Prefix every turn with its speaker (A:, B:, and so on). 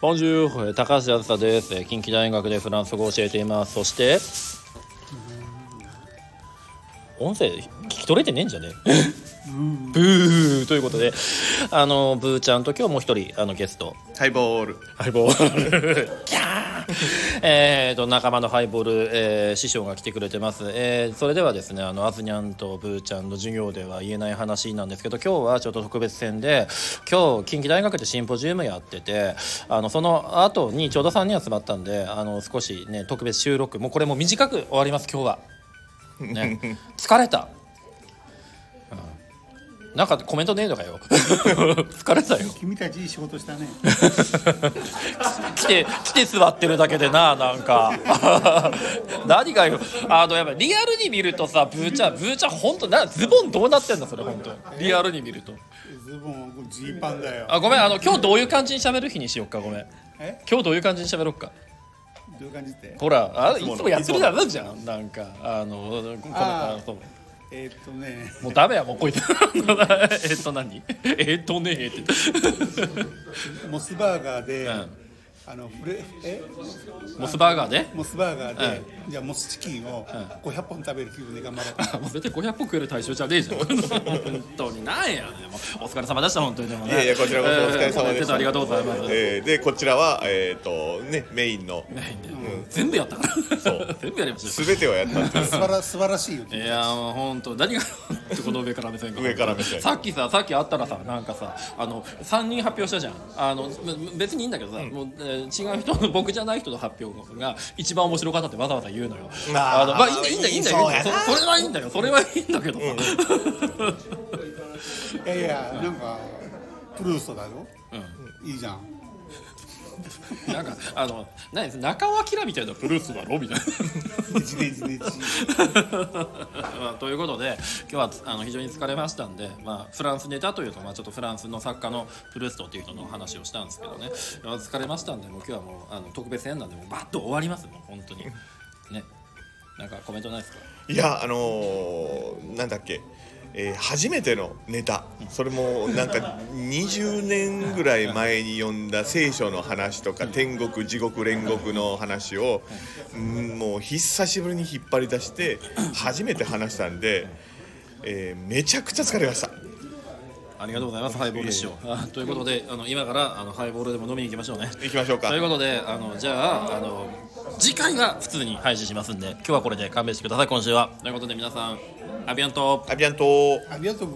A: ボンジュール高橋あずさですえー近畿大学でフランス語を教えていますそして音声聞き取れてねえんじゃねブーということであのブーちゃんと今日もう一人あのゲスト
B: ハイボール
A: ハイボール キャーえーと仲間のハイボール、えー師匠が来てくれてます、えーそれではですねあのアズニャンとブーちゃんの授業では言えない話なんですけど今日はちょっと特別編で今日近畿大学でシンポジウムやっててあのその後にちょうど3人集まったんであの少しね特別収録もうこれもう短く終わります今日は、ね、疲れた、うんなんかコメントねえのかよ 疲れたよ
C: 君たちいい仕事したね。
A: 来て来て座ってるだけでななんか 何がよあのやっぱリアルに見るとさブーちゃんブーちゃん本当なズボンどうなってんのそれ本当リアルに見ると
C: ズボン、これジーパンだよ。
A: あごめんあの今日どういう感じに喋る日にしよっかごめん
C: え、
A: 今日どういう感じに喋ろっか
C: どういう感じって。
A: ほらあい
B: いつもの
A: つもやってるだろじゃんなんかあのごめん
C: あー
A: あそう
C: えーっとね、
A: もうダメやもうこいつ えっと何 えっとね えって
C: モスバーガーで、
A: ん
C: あのフレえ、
A: モスバーガーで
C: モスバーガーで、じゃあモスチキンを500本食べる気分で頑張ろ
A: も
C: う。
A: う絶対500個食える対象じゃねえ じゃん本当になんやねんもうお疲れ様でした本当にでもね
B: いやいやこちらこそお疲れ様でした
A: えーコメントとありがとうございます、
B: えーでこちらはえっ、とねメインの
A: 全部やったから
B: そう
A: 全部やりましたよ
B: 全てをやったん です
C: 素晴ら素晴らしいよね。
A: いやーもう本当何がってこの上から目線が
B: 上から目線
A: さっきささっきあったらさなんかさあの三人発表したじゃんあのむ別にいいんだけどさ、もう、えー違う人の僕じゃない人の発表が一番面白かったってわざわざ言うのよ
B: まあ
A: のまあいいんだいいんだいいんだよ
B: そうやな
A: そそれはいいんだよそれはいいんだけどさ、
C: いやいや、なんかプルーストだよ。いいじゃん。
A: なんかあの何です中尾明みたいなブルースだろみたいな。
C: 一年一年。
A: まあ、ということで今日はあの非常に疲れましたんで、まあ、フランスネタというと、まあ、ちょっとフランスの作家のプルーストっていう人の話をしたんですけどねまあ疲れましたんでもう今日はもうあの特別編なんでもうバッと終わりますもう本当にねなんかコメントないですか
B: いやあのーなんだっけ、えー初めてのネタそれもなんか20年ぐらい前に読んだ聖書の話とか天国地獄煉獄の話をうんもう久しぶりに引っ張り出して初めて話したんで、えーめちゃくちゃ疲れました
A: ありがとうございますハイボール師匠あということであの今からあのハイボールでも飲みに行きましょうね
B: 行きましょうか
A: ということであのじゃああの次回は普通に配信しますんで今日はこれで勘弁してください今週はということで皆さんアビアント
B: アビアント
C: ありがとう。